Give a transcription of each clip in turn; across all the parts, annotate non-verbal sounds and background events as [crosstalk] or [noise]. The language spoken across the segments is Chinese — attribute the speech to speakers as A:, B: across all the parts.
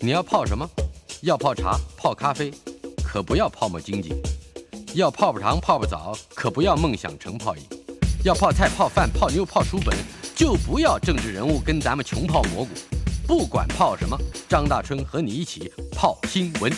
A: 你要泡什么？要泡茶、泡咖啡，可不要泡沫经济；要泡泡糖、泡泡澡，可不要梦想成泡影；要泡菜、泡饭、泡妞、泡书本，就不要政治人物跟咱们穷泡蘑菇。不管泡什么，张大春和你一起泡新闻。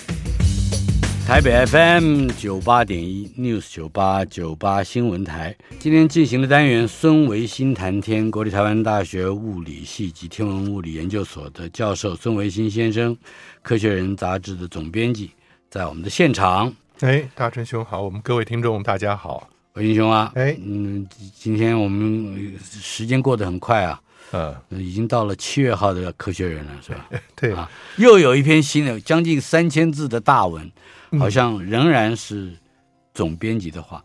B: 台北 FM 九八点一 News 九八九八新闻台，今天进行的单元，孙维新谈天，国立台湾大学物理系及天文物理研究所的教授孙维新先生，《科学人》杂志的总编辑，在我们的现场。
C: 哎，大春兄好，我们各位听众大家好。
B: 维新兄啊，
C: 哎
B: 嗯，今天我们呃时间过得很快啊，
C: 嗯，
B: 已经到了七月号的《科学人》了，是吧？
C: 对，
B: 啊又有一篇新的将近三千字的大文，好像仍然是总编辑的话。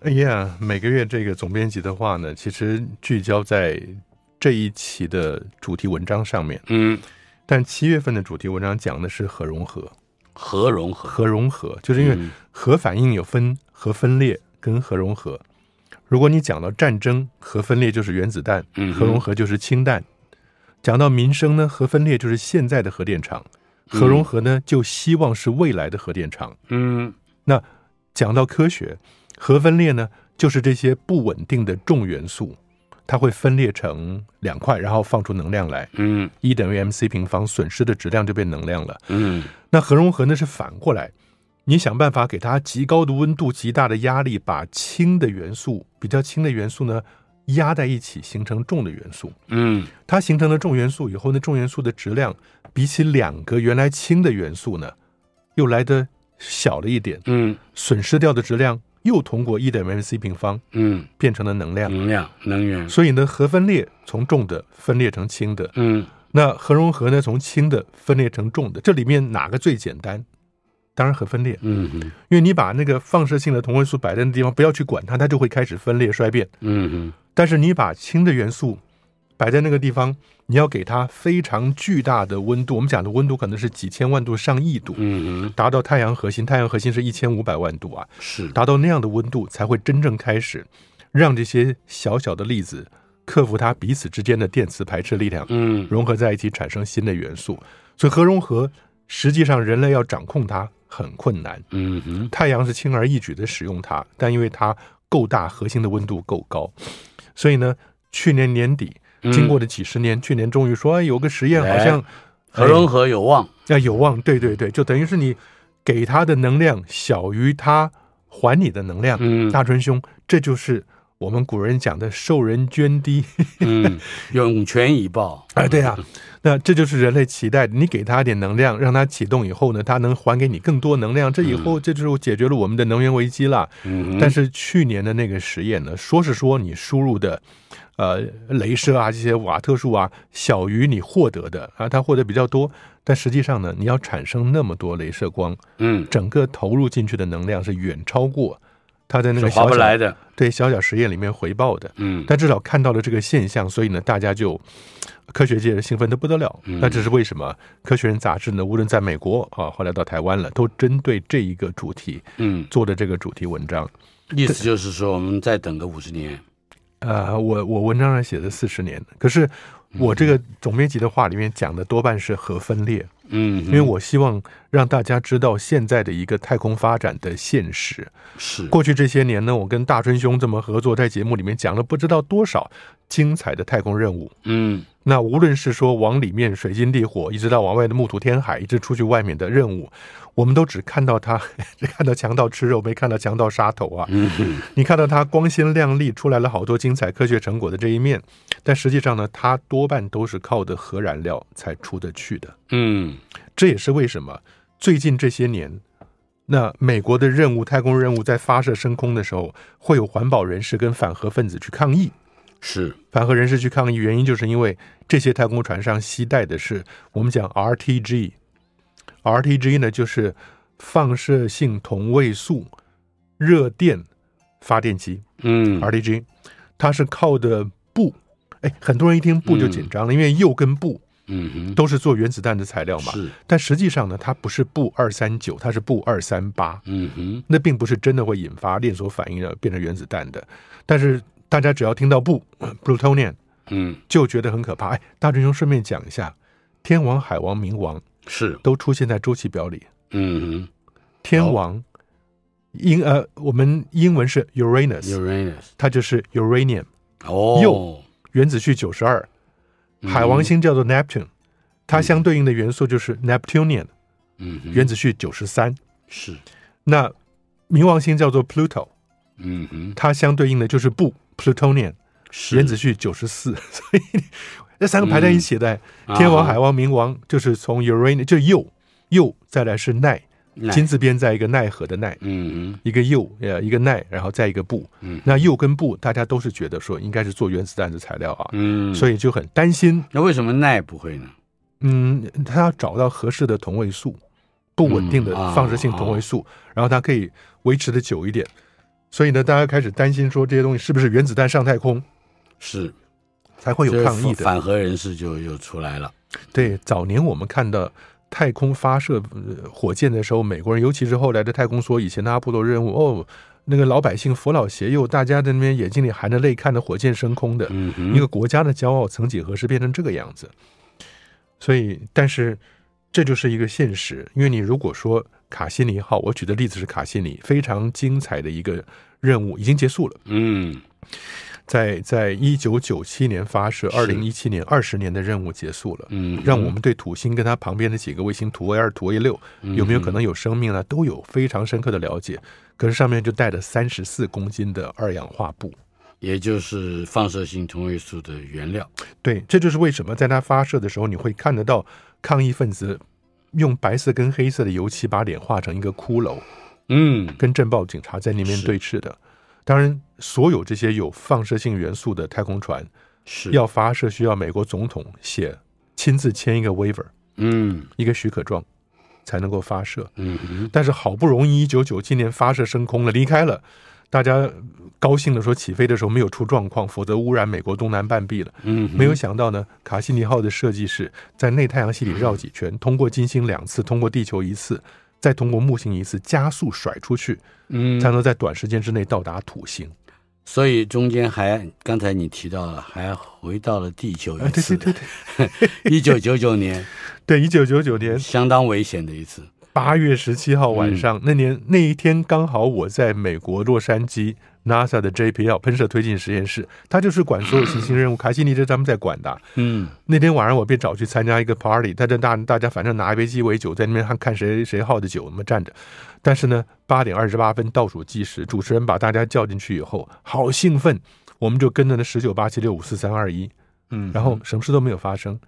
C: 哎呀，每个月这个总编辑的话呢，其实聚焦在这一期的主题文章上面，
B: 嗯，
C: 但七月份的主题文章讲的是核融合，
B: 核融合，
C: 核融合就是因
B: 嗯
C: 为核反应有分核分裂跟核融合。如果你讲到战争，核分裂就是原子弹，
B: 嗯哼
C: 核融合就是氢弹；讲到民生呢，核分裂就是现在的核电厂，核融合呢就希望是未来的核电厂。
B: 嗯
C: 那讲到科学，核分裂呢，就是这些不稳定的重元素，它会分裂成两块，然后放出能量来，
B: 嗯
C: 一等于 mc 平方，损失的质量就变能量了。
B: 嗯
C: 那核融合呢是反过来，你想办法给它极高的温度、极大的压力，把轻的元素、比较轻的元素呢压在一起，形成重的元素。
B: 嗯
C: 它形成了重元素以后呢，重元素的质量比起两个原来轻的元素呢，又来的小了一点。
B: 嗯
C: 损失掉的质量又通过一等于 mc 平方
B: 嗯，
C: 变成了能量。
B: 能量能源，
C: 所以呢，核分裂从重的分裂成轻的，
B: 嗯
C: 那核融合呢从轻的分裂成重的，这里面哪个最简单？当然核分裂，
B: 嗯哼
C: 因为你把那个放射性的同位素摆在那地方，不要去管它，它就会开始分裂衰变。
B: 嗯哼
C: 但是你把氢的元素摆在那个地方，你要给它非常巨大的温度，我们讲的温度可能是几千万度、上亿度，
B: 嗯哼，
C: 达到太阳核心，太阳核心是一千五百万度啊，
B: 是
C: 达到那样的温度，才会真正开始让这些小小的粒子克服它彼此之间的电磁排斥力量，
B: 嗯
C: 融合在一起产生新的元素。所以核融合实际上人类要掌控它很困难。
B: 嗯哼
C: 太阳是轻而易举的使用它，但因为它够大，核心的温度够高，所以呢，去年年底
B: 嗯
C: 经过了几十年，去年终于说、哎、有个实验
B: 哎
C: 好像
B: 核融合有望，
C: 啊，有望，对对对，就等于是你给它的能量小于它还你的能量。
B: 嗯
C: 大春兄，这就是我们古人讲的受人涓滴。 [laughs]
B: 嗯，涌泉以报，
C: 哎，对啊，那这就是人类期待的，你给它点能量，让它启动以后呢，它能还给你更多能量。这以后这就是解决了我们的能源危机了。
B: 嗯
C: 但
B: 哼
C: 是去年的那个实验呢，说是说你输入的，呃，镭射啊这些瓦特数啊，小于你获得的啊，它获得比较多，但实际上呢，你要产生那么多镭射光，
B: 嗯
C: 整个投入进去的能量是远超过它在那
B: 是
C: 个
B: 划
C: 小
B: 不来
C: 小
B: 的，
C: 对小小实验里面回报的。
B: 嗯
C: 但至少看到了这个现象，所以呢，大家就科学界兴奋得不得了。那这是为什么？《科学人》杂志呢，无论在美国啊，后来到台湾了，都针对这一个主题
B: 嗯，
C: 做的这个主题文章。
B: 意思就是说我们再等个五十年，
C: 呃，我我文章上写的四十年，可是我这个总编辑的话里面讲的多半是核分裂，
B: 嗯哼，
C: 因为我希望让大家知道现在的一个太空发展的现实。
B: 是
C: 过去这些年呢，我跟大春兄这么合作，在节目里面讲了不知道多少精彩的太空任务。
B: 嗯
C: 那无论是说往里面水晶地火，一直到往外的木土天海，一直出去外面的任务，我们都只看到它， [laughs] 只看到强盗吃肉，没看到强盗杀头啊。
B: 嗯哼
C: 你看到它光鲜亮丽，出来了好多精彩科学成果的这一面，但实际上呢，它多半都是靠的核燃料才出得去的。
B: 嗯
C: 这也是为什么最近这些年，那美国的任务太空任务在发射升空的时候，会有环保人士跟反核分子去抗议。
B: 是
C: 反核人士去抗议，原因就是因为这些太空船上携带的是我们讲 RTG。RTG 呢，就是放射性同位素热电发电机。
B: 嗯
C: RTG，它是靠的布。哎，很多人一听布就紧张了，因为铀跟布
B: 嗯
C: 都是做原子弹的材料
B: 哼
C: 嘛。
B: 是
C: 但实际上呢，它不是布二三九，它是布二三八，
B: 嗯哼
C: 那并不是真的会引发链锁反应的变成原子弹的。但是大家只要听到布呃 （plutonium）
B: 嗯
C: 就觉得很可怕。哎，大春兄顺便讲一下，天王、海王、冥王
B: 是，
C: 都出现在周期表里。
B: 嗯
C: 天王，英呃，我们英文是
B: 哼
C: Uranus，
B: ，Uranus，
C: 它就是 uranium，
B: 哦嗯
C: 右，原子序九十二，海王星叫做 Neptune，它相对应的元素就是 Neptunian，
B: 嗯哼，
C: 原子序九十三。
B: 是，
C: 那冥王星叫做 Pluto，
B: 嗯哼，
C: 它相对应的就是不 Plutonian，
B: 是嗯
C: 原子序九十四， [laughs] 所以那三个排在一起的，
B: 啊
C: 天王、海王、冥王就是从 Uranus 就铀，铀再来是奈，金
B: 金，
C: 字边在一个奈何的奈，
B: 嗯
C: 一个铀呃一个奈，然后再一个布，
B: 嗯
C: 那铀跟布大家都是觉得说应该是做原子弹的材料啊，
B: 哼，嗯，
C: 所以就很担心，
B: 那为什么耐不会呢？
C: 嗯，他要找到合适的同位素，不稳定的
B: 嗯啊
C: 放射性同位素，然后它可以维持的久一点，所以呢，大家开始担心说这些东西是不是原子弹上太空
B: 是
C: 才会有
B: 所以
C: 抗议的，
B: 反核人士就又出来了，
C: 对，早年我们看到太空发射呃火箭的时候，美国人，尤其是后来的太空梭，以前的阿波罗任务，哦，那个老百姓扶老携幼，大家在那边眼睛里含着泪看着火箭升空的，
B: 嗯
C: 一
B: 哼，
C: 个国家的骄傲，曾几何时变成这个样子？所以，但是这就是一个现实，因为你如果说卡西尼号，我举的例子是卡西尼，非常精彩的一个任务，已经结束了。
B: 嗯，
C: 在在一九九七年发射，
B: 是
C: 二零一七年二十年的任务结束了。
B: 嗯哼，
C: 让我们对土星跟它旁边的几个卫星土卫二、土卫六
B: 嗯
C: 有没有可能有生命呢，都有非常深刻的了解。可是上面就带着三十四公斤的二氧化布，
B: 也就是放射性同位素的原料，
C: 对，这就是为什么在它发射的时候，你会看得到抗议分子用白色跟黑色的油漆把脸画成一个骷髅，
B: 嗯，
C: 跟震爆警察在那边
B: 是
C: 对峙的。当然，所有这些有放射性元素的太空船
B: 是，
C: 要发射，需要美国总统写亲自签一个 waiver，
B: 嗯
C: 一个许可状，才能够发射。
B: 嗯哼，
C: 但是好不容易一九九七年发射升空了，离开了，大家呃高兴的说起飞的时候没有出状况，否则污染美国东南半壁了。
B: 嗯哼，
C: 没有想到呢，卡西尼号的设计是在内太阳系里绕几圈，通过金星两次，通过地球一次，再通过木星一次，加速甩出去，
B: 嗯，
C: 才能在短时间之内到达土星。
B: 所以中间还刚才你提到了，还回到了地球
C: 啊，
B: 一
C: 对
B: 次
C: 对，对对
B: [laughs] 一九九九年，
C: 对，一九九九年
B: 相当危险的一次。
C: 八月十七号晚上，那年那一天刚好我在美国洛杉矶 NASA 的 JPL 喷射推进实验室，他就是管所有行星任务，卡西尼这他们在管的。
B: 嗯
C: 那天晚上我被找去参加一个 party，大家大大家反正拿一杯鸡尾酒在那边看看谁谁号的酒，那么站着。但是呢，八点二十八分倒数计时，主持人把大家叫进去以后，好兴奋，我们就跟着那十九八七六五四三二一，
B: 嗯
C: 然后什么事都没有发生，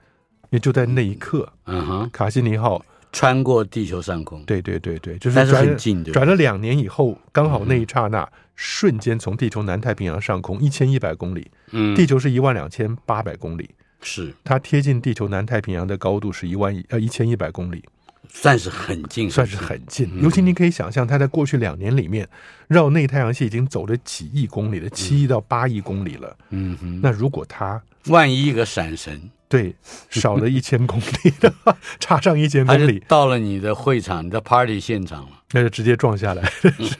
C: 也就在那一刻，
B: 嗯哼，
C: 卡西尼号，
B: 穿过地球上空，
C: 对对对对，就是
B: 但是
C: 转
B: 很近，对吧
C: 转？了两年以后，刚好那一刹那，瞬间从地球南太平洋上空一千一百公里，
B: 嗯，
C: 地球是一万两千八百公里，
B: 是
C: 它贴近地球南太平洋的高度是一万呃一千一百公里，
B: 算嗯是很近，
C: 算是很近。尤其你可以想象，它在过去两年里面绕内太阳系已经走了几亿公里了，七亿到八亿公里了。
B: 嗯哼。
C: 那如果它
B: 万一一个闪神，
C: 对少了一千公里的话， [laughs] 差上一千
B: 他
C: 公
B: 就
C: 里，
B: 到了你的会场、你的 party 现场了。
C: 那就直接撞下来。 [laughs]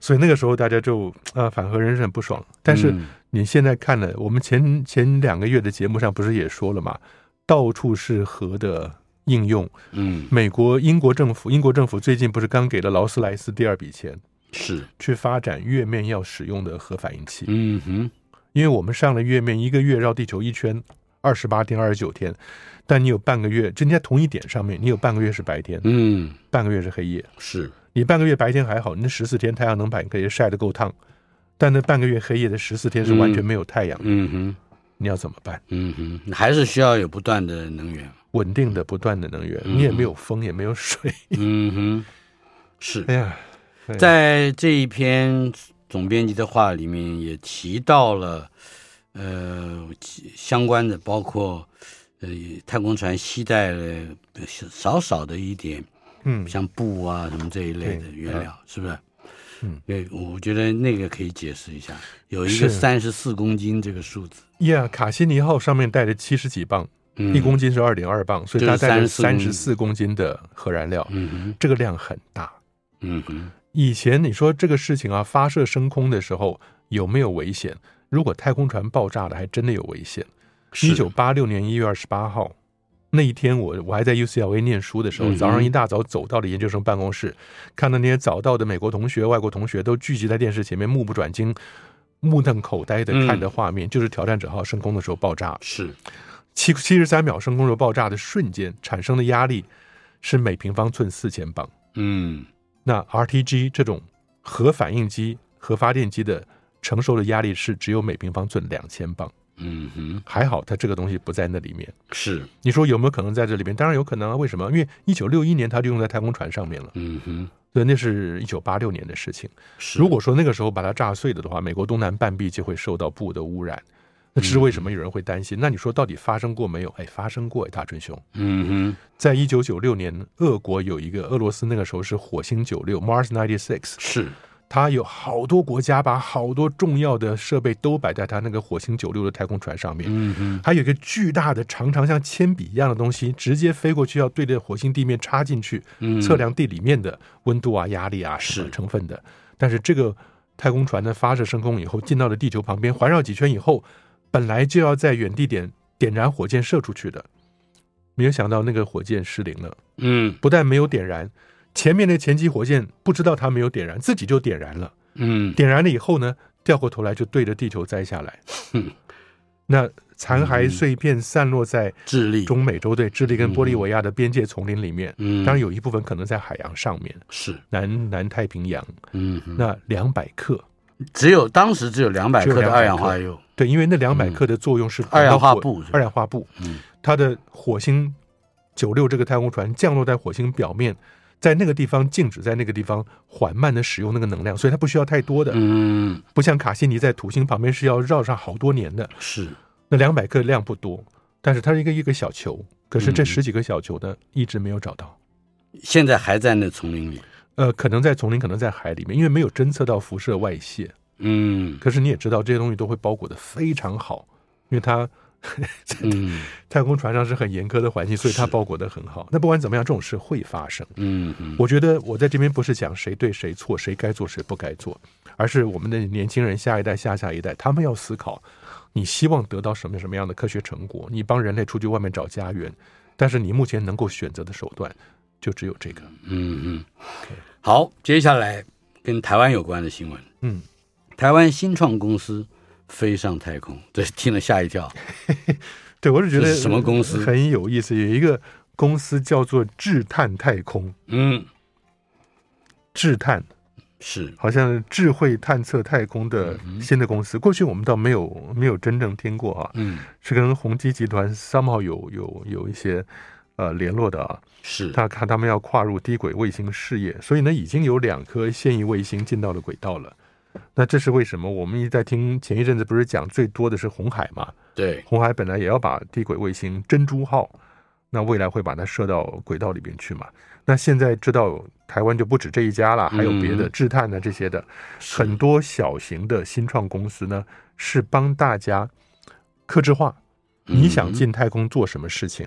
C: 所以那个时候大家就啊、呃反核人是很不爽。但是
B: 嗯
C: 你现在看了，我们前前两个月的节目上不是也说了嘛，到处是核的应用。
B: 嗯
C: 美国、英国政府，英国政府最近不是刚给了劳斯莱斯第二笔钱，
B: 是
C: 去发展月面要使用的核反应器。
B: 嗯哼
C: 因为我们上了月面，一个月绕地球一圈，二十八天、二十九天，但你有半个月，就你在同一点上面，你有半个月是白天，
B: 嗯
C: 半个月是黑夜。
B: 是
C: 你半个月白天还好，你那十四天太阳能板可以晒得够烫，但那半个月黑夜的十四天是完全没有太阳，
B: 嗯哼
C: 你要怎么办？
B: 嗯哼，还是需要有不断的能源。
C: 稳定的、不断的能源，
B: 嗯
C: 你也没有风，也没有水。
B: 嗯哼是
C: [laughs] 哎呀，哎呀
B: 在这一篇总编辑的话里面也提到了，呃，其相关的包括呃太空船携带了少少的一点
C: 嗯，啊
B: 像布啊什么这一类的原料，是不是？
C: 嗯，
B: 对，我觉得那个可以解释一下，有一个
C: 是
B: 三十四公斤这个数字，
C: 呀，卡西尼号上面带着七十几磅，
B: 嗯
C: 一公，斤是二点二磅，所以它带着
B: 就是34
C: 三十四公斤的核燃料，
B: 嗯哼，
C: 这个量很大。
B: 嗯哼，
C: 以前你说这个事情啊，发射升空的时候有没有危险？如果太空船爆炸了，还真的有危险。
B: 是
C: 一九八六年一月二十八号，那一天我我还在 UCLA 念书的时候，
B: 嗯
C: 早上一大早走到了研究生办公室，看到那些早到的美国同学、外国同学都聚集在电视前面，目不转睛、目瞪口呆的看着画面，就是挑战者号升空的时候爆炸。
B: 是
C: 七七十三秒升空时候爆炸的瞬间产生的压力是每平方寸四千磅。
B: 嗯
C: 那 RTG 这种核反应机、核发电机的承受的压力是只有每平方寸两千磅，
B: 嗯哼
C: 还好它这个东西不在那里面。
B: 是
C: 你说有没有可能在这里面？当然有可能啊！为什么？因为一九六一年它就用在太空船上面了，
B: 嗯哼
C: 对，那是一九八六年的事情。
B: 是
C: 如果说那个时候把它炸碎了的话，美国东南半壁就会受到布的污染。那这是为什么有人会担心？那你说到底发生过没有？哎，发生过，哎，大春兄。
B: 嗯哼
C: 在一九九六年，俄国有一个俄罗斯，那个时候是火星九六 （Mars ninety six），
B: 是
C: 它有好多国家把好多重要的设备都摆在它那个火星九六的太空船上面。
B: 嗯哼
C: 还有一个巨大的、长长像铅笔一样的东西，直接飞过去，要对着火星地面插进去，
B: 嗯
C: 测量地里面的温度啊、压力啊、什么
B: 是
C: 成分的。但是这个太空船呢，发射升空以后，进到了地球旁边，环绕几圈以后，本来就要在远地点点燃火箭射出去的，没有想到那个火箭失灵了，
B: 嗯
C: 不但没有点燃，前面的前期火箭不知道它没有点燃，自己就点燃了。
B: 嗯
C: 点燃了以后呢，掉过头来就对着地球栽下来
B: 哼。嗯
C: 那残骸碎片散落在
B: 智力
C: 中美洲对智利跟玻利维亚的边界丛林里面，
B: 嗯
C: 当然有一部分可能在海洋上面，
B: 是
C: 南南太平洋。
B: 嗯哼
C: 那两百克，
B: 只有当时只有两百
C: 只有
B: 克的
C: 200
B: 二氧化
C: 克
B: 铀
C: 对，因为那两百克的作用是
B: 嗯二氧化
C: 火
B: 布是吧
C: 二氧化布
B: 嗯，
C: 它的火星九六这个太空船降落在火星表面，在那个地方静止，在那个地方缓慢的使用那个能量，所以它不需要太多的，
B: 嗯
C: 不像卡西尼在土星旁边是要绕上好多年的。
B: 是
C: 那两百克量不多，但是它是一个一个小球，可是这
B: 嗯
C: 十几个小球呢，一直没有找到。
B: 现在还在那丛林里
C: 呃，可能在丛林，可能在海里面，因为没有侦测到辐射外泄。
B: 嗯
C: 可是你也知道，这些东西都会包裹的非常好，因为它
B: 嗯
C: 太空船上是很严苛的环境，所以它
B: 是
C: 包裹的很好。那不管怎么样，这种事会发生。
B: 嗯哼
C: 我觉得我在这边不是讲谁对谁错，谁该做谁不该做，而是我们的年轻人下一代、下下一代，他们要思考，你希望得到什么什么样的科学成果？你帮人类出去外面找家园，但是你目前能够选择的手段就只有这个。
B: 嗯哼好，接下来跟台湾有关的新闻。
C: 嗯，
B: 台湾新创公司飞上太空，这听了吓一跳。
C: 对我是觉
B: 这
C: 得
B: 是什么公司
C: 很有意思，有一个公司叫做智探太空，
B: 嗯，
C: 智探
B: 是，
C: 好像智慧探测太空的
B: 嗯
C: 新的公司，过去我们倒没有没有真正听过啊。
B: 嗯，
C: 是跟宏基集团 somehow 有有有一些呃联络的啊。
B: 是，
C: 他看他们要跨入低轨卫星事业，所以呢，已经有两颗现役卫星进到了轨道了。那这是为什么？我们一直在听前一阵子不是讲最多的是红海嘛？
B: 对，
C: 红海本来也要把低轨卫星珍珠号，那未来会把它射到轨道里边去嘛？那现在知道台湾就不止这一家了，还有别的
B: 嗯
C: 智探啊这些的，
B: 是
C: 很多小型的新创公司呢，是帮大家克制化。
B: 嗯
C: 你想进太空做什么事情？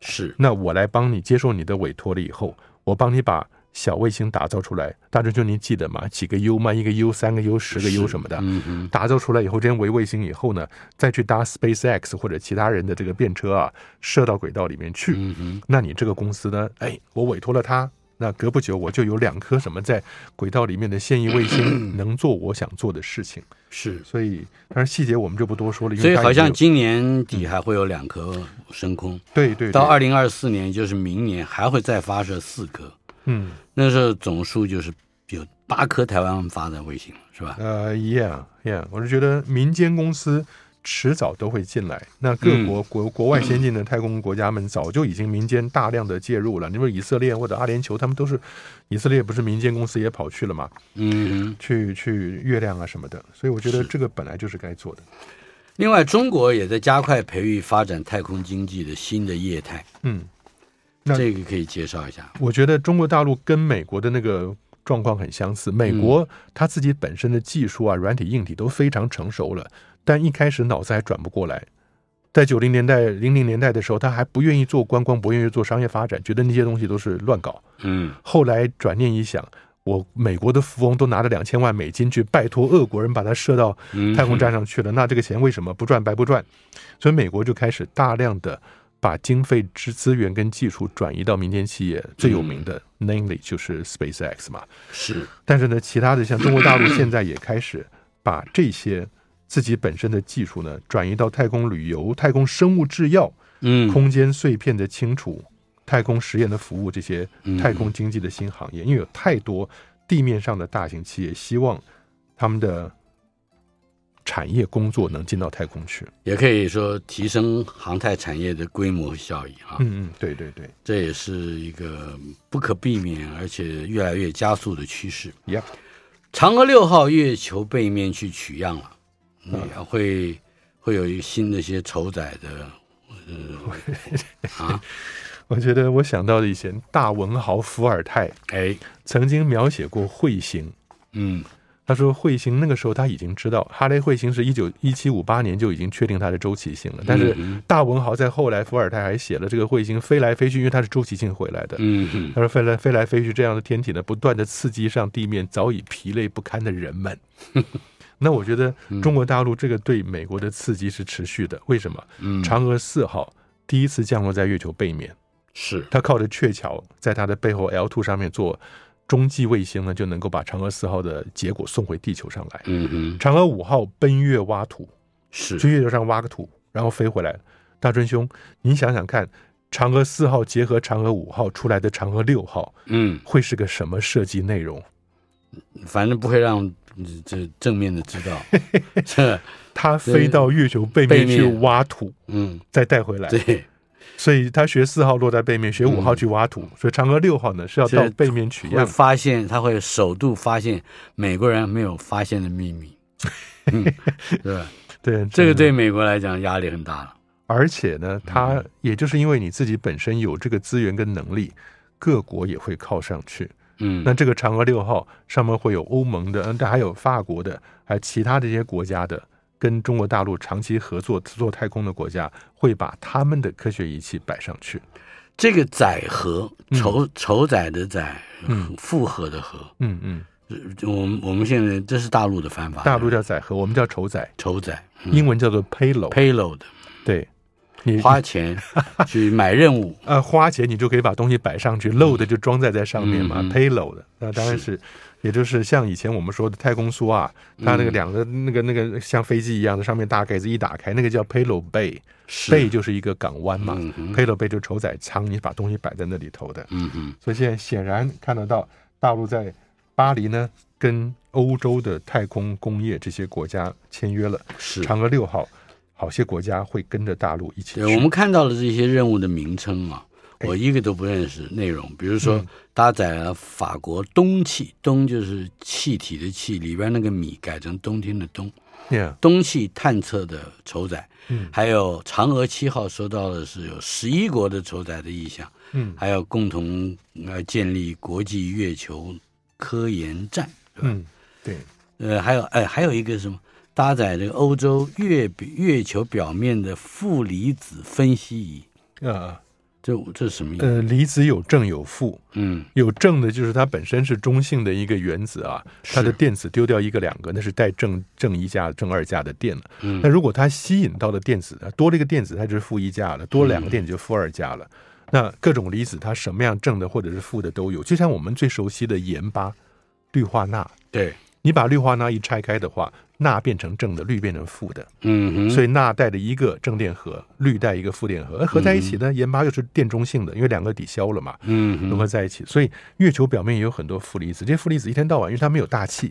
B: 是，
C: 那我来帮你接受你的委托了以后，我帮你把小卫星打造出来。大春兄，您记得吗？几个 U 嘛，一个 U，三个 U，十个 U 什么的，
B: 嗯哼，
C: 打造出来以后，这些微卫星以后呢，再去搭 SpaceX 或者其他人的这个便车啊，射到轨道里面去。
B: 嗯哼，
C: 那你这个公司呢？哎，我委托了他，那隔不久我就有两颗什么在轨道里面的现役
B: [clears throat]
C: 卫星，能做我想做的事情。
B: 是。
C: 所以，当然细节我们就不多说了，因
B: 所
C: 为
B: 以
C: 它
B: 好
C: 也没
B: 像
C: 有
B: 今年底还会有两颗升空，
C: 对对对
B: 到二零二四年，也就是明年还会再发射四颗，
C: 嗯
B: 那时候总数就是有八颗台湾发展卫星了，是吧？
C: 呃，yeah yeah，我是觉得民间公司迟早都会进来。那各国国国外先进的太空国家们早就已经民间大量的介入了。你说以色列或者阿联酋，他们都是以色列不是民间公司也跑去了嘛，
B: 嗯哼。
C: 去去月亮啊什么的。所以我觉得这个本来就是该做的。
B: 另外，中国也在加快培育发展太空经济的新的业态，
C: 嗯，那
B: 这个可以介绍一下。
C: 我觉得中国大陆跟美国的那个。状况很相似，美国它自己本身的技术啊、软体、硬体都非常成熟了，但一开始脑子还转不过来。在九零年代、零零年代的时候，他还不愿意做观光，不愿意做商业发展，觉得那些东西都是乱搞。
B: 嗯，
C: 后来转念一想，我美国的富翁都拿着两千万美金去拜托俄国人把它射到
B: 嗯
C: 太空站上去了，那这个钱为什么不赚白不赚？所以美国就开始大量的把经费、资资源跟技术转移到民间企业，最有名的
B: 嗯
C: namely 就是 SpaceX 嘛。
B: 是
C: 但是呢，其他的像中国大陆现在也开始把这些自己本身的技术呢，转移到太空旅游、太空生物制药、
B: 嗯，
C: 空间碎片的清除、太空实验的服务这些
B: 嗯
C: 太空经济的新行业，因为有太多地面上的大型企业希望他们的产业工作能进到太空去。
B: 也可以说提升航太产业的规模和效益啊，
C: 嗯嗯，对对对
B: 这也是一个不可避免而且越来越加速的趋势。
C: ，Yeah，
B: 嫦娥六号月球背面去取样了，嗯，会会有一个新的一些丑仔的，呃
C: [laughs]
B: 啊
C: 我觉得我想到了以前大文豪伏尔泰
B: 哎，
C: 曾经描写过彗星。
B: 嗯
C: 他说彗星那个时候他已经知道，哈雷彗星是一九一七五八年就已经确定它的周期性了。但是
B: 嗯
C: 大文豪在后来伏尔泰还写了这个彗星飞来飞去，因为它是周期性回来的。
B: 嗯哼，
C: 他说飞来飞来飞去这样的天体呢，不断的刺激上地面早已疲累不堪的
B: [laughs]
C: 人们。那我觉得
B: 嗯
C: 中国大陆这个对美国的刺激是持续的。为什么？
B: 嗯，
C: 嫦娥四号第一次降落在月球背面，
B: 是
C: 它靠着鹊桥，在它的背后 L two 上面做中继卫星呢，就能够把嫦娥四号的结果送回地球上来。
B: 嗯哼，
C: 嫦娥五号奔月挖土，去
B: 是
C: 月球上挖个土，然后飞回来。大春兄，您想想看，嫦娥四号结合嫦娥五号出来的嫦娥六号，
B: 嗯，
C: 会是个什么设计内容？
B: 反正不会让嗯这正面的知
C: [laughs]
B: 道，这
C: 它飞到月球背
B: 背
C: 面
B: 面
C: 去挖土，
B: 嗯
C: 再带回来。 [laughs]
B: 对，嗯
C: 所以他学四号落在背面，学五号去挖土，所以嫦娥六号呢是要到
B: 是
C: 背面取
B: 会
C: 样。
B: 发现他会首度发现美国人没有发现的秘密，
C: [laughs]
B: 嗯，对吧？
C: 对，
B: 这个
C: 真的
B: 对嗯美国来讲压力很大了，
C: 而且呢，它也就是因为你自己本身有这个资源跟能力，各国也会靠上去。
B: 嗯，
C: 那这个嫦娥六号上面会有欧盟的，嗯，但还有法国的，还有其他这些国家的，跟中国大陆长期合作做太空的国家，会把他们的科学仪器摆上去。
B: 这个载荷，丑丑仔的载，
C: 嗯
B: 复合的合，
C: 嗯嗯，
B: 我们我们现在这是大陆的翻法，
C: 大陆叫载荷，我们叫筹载，
B: 丑仔
C: 英文叫做 payload。
B: payload，
C: 对，你
B: 花
C: [laughs]
B: 钱去买任务，
C: 呃花钱你就可以把东西摆上去，load 就装载在上面嘛、
B: 嗯嗯
C: p a y l o a d 那当然是，也就是像以前我们说的太空梭啊，它
B: 嗯
C: 那个两个、那个那个像飞机一样的上面大盖子一打开，那个叫 payload bay。
B: 是
C: bay 就是一个港湾嘛、
B: 嗯哼
C: p a y l o a d bay 就是筹载舱，你把东西摆在那里头的。
B: 嗯哼，
C: 所以现在显然看得到，大陆在巴黎呢跟欧洲的太空工业这些国家签约了，
B: 是。
C: 嫦娥六号，好些国家会跟着大陆一起去。
B: 对，我们看到了这些任务的名称啊，
C: 哎
B: 我一个都不认识内容。比如
C: 嗯
B: 说，搭载了法国氡气，氡就是气体的气，里边那个米改成冬天的冬，
C: Yeah，
B: 氡气探测的筹载。
C: 嗯
B: 还有嫦娥七号收到的是有十一国的筹载的意向，
C: 嗯
B: 还有共同呃建立国际月球科研站。
C: 嗯，对。
B: 呃，还有哎、还有一个什么搭载这个欧洲月月球表面的负离子分析仪。
C: 呃
B: 这这是什么意思？
C: 呃，离子有正有负，
B: 嗯，
C: 有正的就是它本身是中性的一个原子啊，它的
B: 是
C: 电子丢掉一个两个，那是带正正一价、正二价的电了。
B: 嗯
C: 那如果它吸引到的电子多了一个电子，它就是负一价了；多了
B: 嗯
C: 两个电子就负二价了。那各种离子它什么样正的或者是负的都有，就像我们最熟悉的盐巴、氯化钠，
B: 对，
C: 你把氯化钠一拆开的话，钠变成正的，氯变成负的。
B: 嗯哼，
C: 所以钠带着一个正电荷，氯带一个负电荷，而合在一起呢，盐巴又是电中性的，因为两个抵消了嘛，
B: 嗯
C: 融
B: 哼，
C: 合在一起。所以月球表面也有很多负离子，这些负离子一天到晚，因为它没有大气，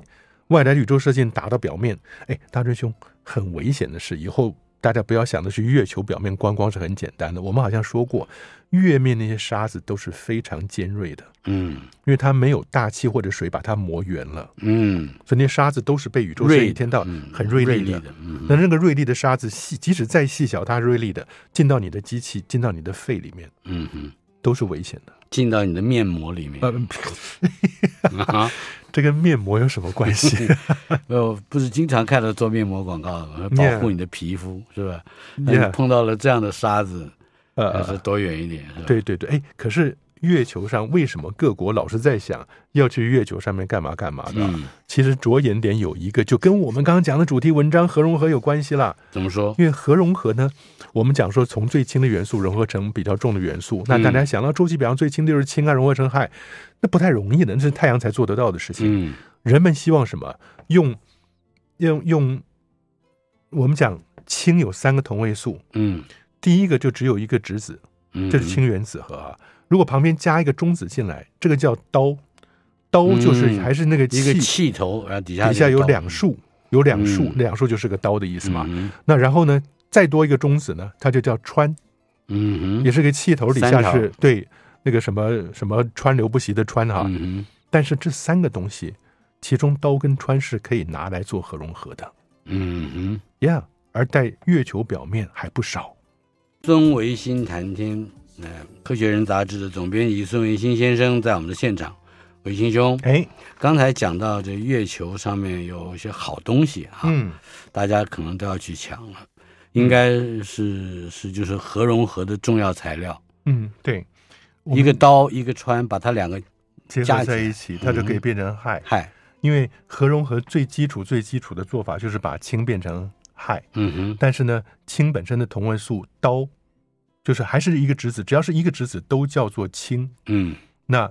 C: 外来宇宙射线打到表面，哎，大真兄，很危险的是，以后大家不要想的去月球表面观光是很简单的。我们好像说过，月面那些沙子都是非常尖锐的，
B: 嗯
C: 因为它没有大气或者水把它磨圆了，
B: 嗯，
C: 所以那些沙子都是被宇宙射线
B: 锐
C: 一天到
B: 嗯
C: 很锐利
B: 利
C: 的。
B: 的，嗯
C: 那那个锐利的沙子细，即使再细小，它是锐利的，进到你的机器，进到你的肺里面，
B: 嗯哼，
C: 都是危险的。
B: 进到你的面膜里面
C: 呃， [laughs]
B: 啊，
C: 这跟面膜有什么关系？
B: 呃，不是经常看到做面膜广告的吗，保
C: Yeah
B: 护你的皮肤是吧？ [laughs] 那
C: Yeah
B: 你碰到了这样的沙子，
C: 呃
B: 还是
C: 呃，
B: 躲远一点，是吧？
C: 对对对，哎，可是月球上为什么各国老是在想要去月球上面干嘛干嘛的啊？
B: 嗯，
C: 其实着眼点有一个，就跟我们刚刚讲的主题文章核融合有关系啦。
B: 怎么说？
C: 因为核融合呢，我们讲说从最轻的元素融合成比较重的元素，那大
B: 嗯
C: 家想到周期表上最轻的就是氢啊，融合成氦，那不太容易的，那是太阳才做得到的事情。
B: 嗯
C: 人们希望什么？用用用，我们讲氢有三个同位素，
B: 嗯
C: 第一个就只有一个质子，
B: 嗯，
C: 这是氢原子核啊。如果旁边加一个中子进来，这个叫氘，氘就是
B: 嗯
C: 还是那个
B: 一个
C: 气，
B: 气头，然后底下
C: 底
B: 底
C: 下有两束，有两束，
B: 嗯
C: 两束就是个氘的意思嘛。
B: 嗯
C: 那然后呢，再多一个中子呢，它就叫氚，
B: 嗯
C: 也是个气头，底
B: 三
C: 下
B: 条
C: 是对那个什么什么川流不息的川哈。
B: 嗯
C: 但是这三个东西，其中氘跟氚是可以拿来做核融合的
B: 嗯嗯，
C: ，Yeah。而在月球表面还不少，
B: 孙维新谈天，呃，科学人杂志的总编辑孙维新先生在我们的现场，维新兄，
C: 哎，
B: 刚才讲到这月球上面有一些好东西啊，
C: 嗯，
B: 大家可能都要去抢了，应该是是就是核融合的重要材料，
C: 嗯，对，我们
B: 一个刀一个穿，把它两个
C: 结
B: 加
C: 合
B: 起
C: 在
B: 来
C: 一起，它就可以变
B: 嗯
C: 成氦。
B: 害，
C: 因为核融合最基础、最基础的做法就是把氢变成氦，
B: 嗯哼，
C: 但是呢，氢本身的同位素氘，就是还是一个质子，只要是一个质子都叫做氢。
B: 嗯
C: 那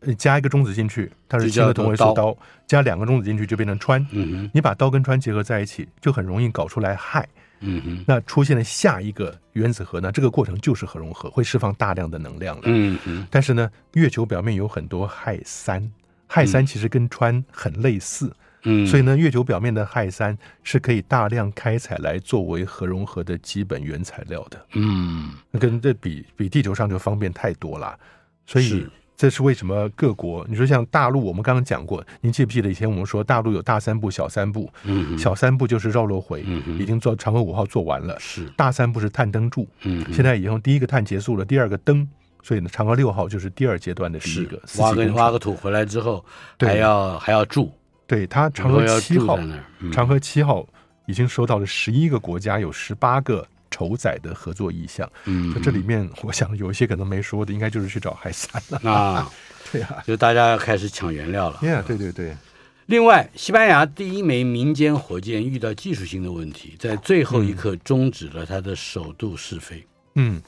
C: 呃加一个中子进去，它是
B: 就
C: 氢
B: 叫
C: 的同位素
B: 做
C: 氘；加两个中子进去就变成氚。
B: 嗯哼，
C: 你把氘跟氚结合在一起，就很容易搞出来氦。
B: 嗯哼，
C: 那出现了下一个原子核呢？这个过程就是核融合，会释放大量的能量了。
B: 嗯哼，
C: 但是呢，月球表面有很多氦三，氦三其实跟氚很类似，
B: 嗯，
C: 所以呢，月球表面的氦三是可以大量开采来作为核融合的基本原材料的，
B: 嗯
C: 那跟这比比地球上就方便太多了。所以
B: 是
C: 这是为什么各国，你说像大陆，我们刚刚讲过，您记不记得以前我们说大陆有大三步、小三步，
B: 嗯哼
C: 小三步就是绕路回，
B: 嗯哼
C: 已经做嫦娥五号做完了，
B: 是
C: 大三步是探灯柱，
B: 嗯哼
C: 现在已经第一个碳结束了，第二个灯，所以呢，嫦娥六号就是第二阶段的第一
B: 是
C: 个四
B: 挖
C: 级
B: 个
C: 工程
B: 挖个土回来之后，
C: 对
B: 还要还要住，
C: 对它
B: 以
C: 嫦
B: 后
C: 娥
B: 要
C: 七
B: 住
C: 号
B: 在，那儿，嗯
C: 嫦娥七号已经收到了十一个国家有十八个筹载的合作意向，
B: 嗯
C: 就这里面我想有一些可能没说的，应该就是去找海三了，
B: 啊，
C: [laughs] 对啊。
B: 就大家要开始抢原料了。
C: Yeah，对对对，
B: 另外，西班牙第一枚民间火箭遇到技术性的问题，在最后一刻终止了它的首度试飞。
C: 嗯，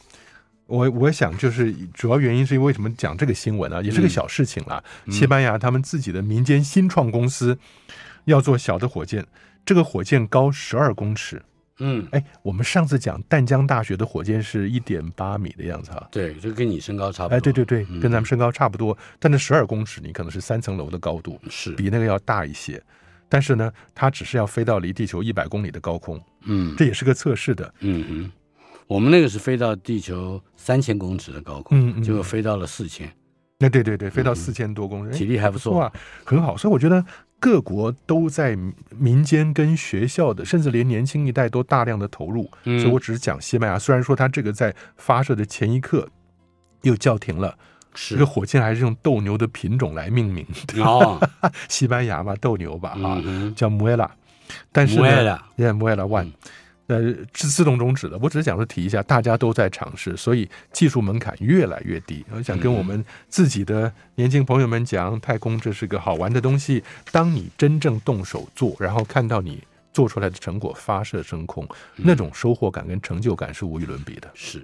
C: 我我想就是主要原因是因为为什么讲这个新闻啊，也是
B: 嗯
C: 个小事情啦。西班牙他们自己的民间新创公司要做小的火箭，这个火箭高十二公尺，
B: 嗯，
C: 哎，我们上次讲淡江大学的火箭是一点八米的样子啊。
B: 对，就跟你身高差不多。嗯
C: 哎，对对对，跟咱们身高差不多，但那十二公尺，你可能是三层楼的高度，
B: 是，
C: 比那个要大一些。但是呢，它只是要飞到离地球一百公里的高空，
B: 嗯
C: 这也是个测试的。
B: 嗯嗯，我们那个是飞到地球三千公尺的高空，
C: 嗯嗯
B: 结果飞到了四千，
C: 那对对对，飞到
B: 嗯
C: 四千多公里，哎
B: 体力还不错。
C: 哇，很好。所以我觉得各国都在民间跟学校的，甚至连年轻一代都大量的投入。
B: 嗯
C: 所以我只是讲西班牙，虽然说它这个在发射的前一刻又叫停了，
B: 是
C: 这个火箭还是用斗牛的品种来命名 [laughs] 的，
B: 哦，
C: 西班牙嘛，斗牛吧，啊，
B: 嗯
C: 叫 Muela，但是呢
B: Muela
C: ，yeah Muela One，呃，是自动终止的。我只是想说提一下，大家都在尝试，所以技术门槛越来越低。我想跟我们自己的年轻朋友们讲，太空这是个好玩的东西。当你真正动手做，然后看到你。做出来的成果发射升空，那种收获感跟成就感是无与伦比的。
B: 是，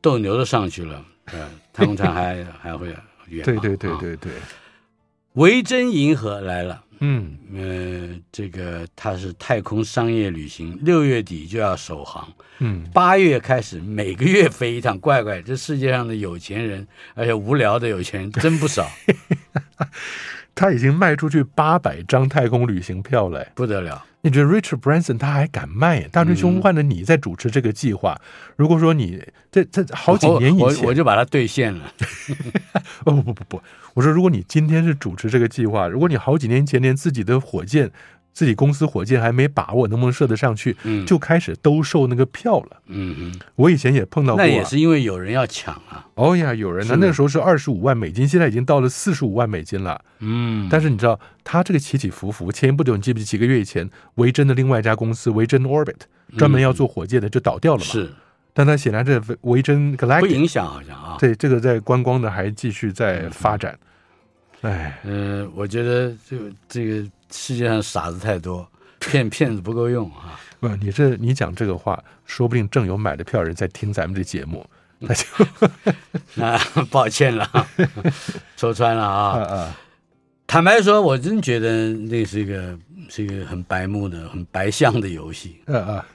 B: 斗牛都上去了，呃，太空船还还会远嘛。
C: 对对对
B: 啊
C: 对对，
B: 维珍银河来了，
C: 嗯
B: 呃，这个它是太空商业旅行，六月底就要首航，
C: 嗯，
B: 八月开始每个月飞一趟。怪怪，这世界上的有钱人，而且无聊的有钱人真不少，
C: 他已经卖出去八百张太空旅行票了。哎
B: 不得了。
C: 你觉得 Richard Branson 他还敢卖？大追
B: 嗯
C: 兄换了你在主持这个计划，如果说你这这 [laughs] 好几年以
B: 我
C: 前，
B: 我我就把它兑现了。
C: 哦不不不不，我说如果你今天是主持这个计划，如果你好几年前连自己的火箭、自己公司火箭还没把握能不能射得上去，
B: 嗯
C: 就开始兜售那个票了。
B: 嗯哼，
C: 我以前也碰到过、
B: 那
C: 啊，
B: 也是因为有人要抢啊。
C: 哦呀，有人呢
B: 是，
C: 那个时候是二十五万美金，现在已经到了四十五万美金了。
B: 嗯，
C: 但是你知道，它这个起起伏伏，前不久你记不记几个月以前，维珍的另外一家公司维珍 Orbit
B: 嗯
C: 专门要做火箭的就倒掉了嘛？
B: 是
C: 但它显然这维维珍
B: 不
C: Galactic
B: 影响好像啊。嗯啊。
C: 对，这个在观光的还继续在发展。哎，
B: 嗯，我觉得这个这个世界上傻子太多，骗骗子不够用啊。
C: 不，你这你讲这个话，说不定正有买的票人在听咱们这节目，他
B: 嗯
C: 就
B: 那 [laughs] 抱歉了啊， [laughs] 说穿了
C: 啊
B: 啊。
C: 啊，
B: 坦白说，我真觉得那是一个是一个很白目的、很白相的游戏，
C: 啊啊，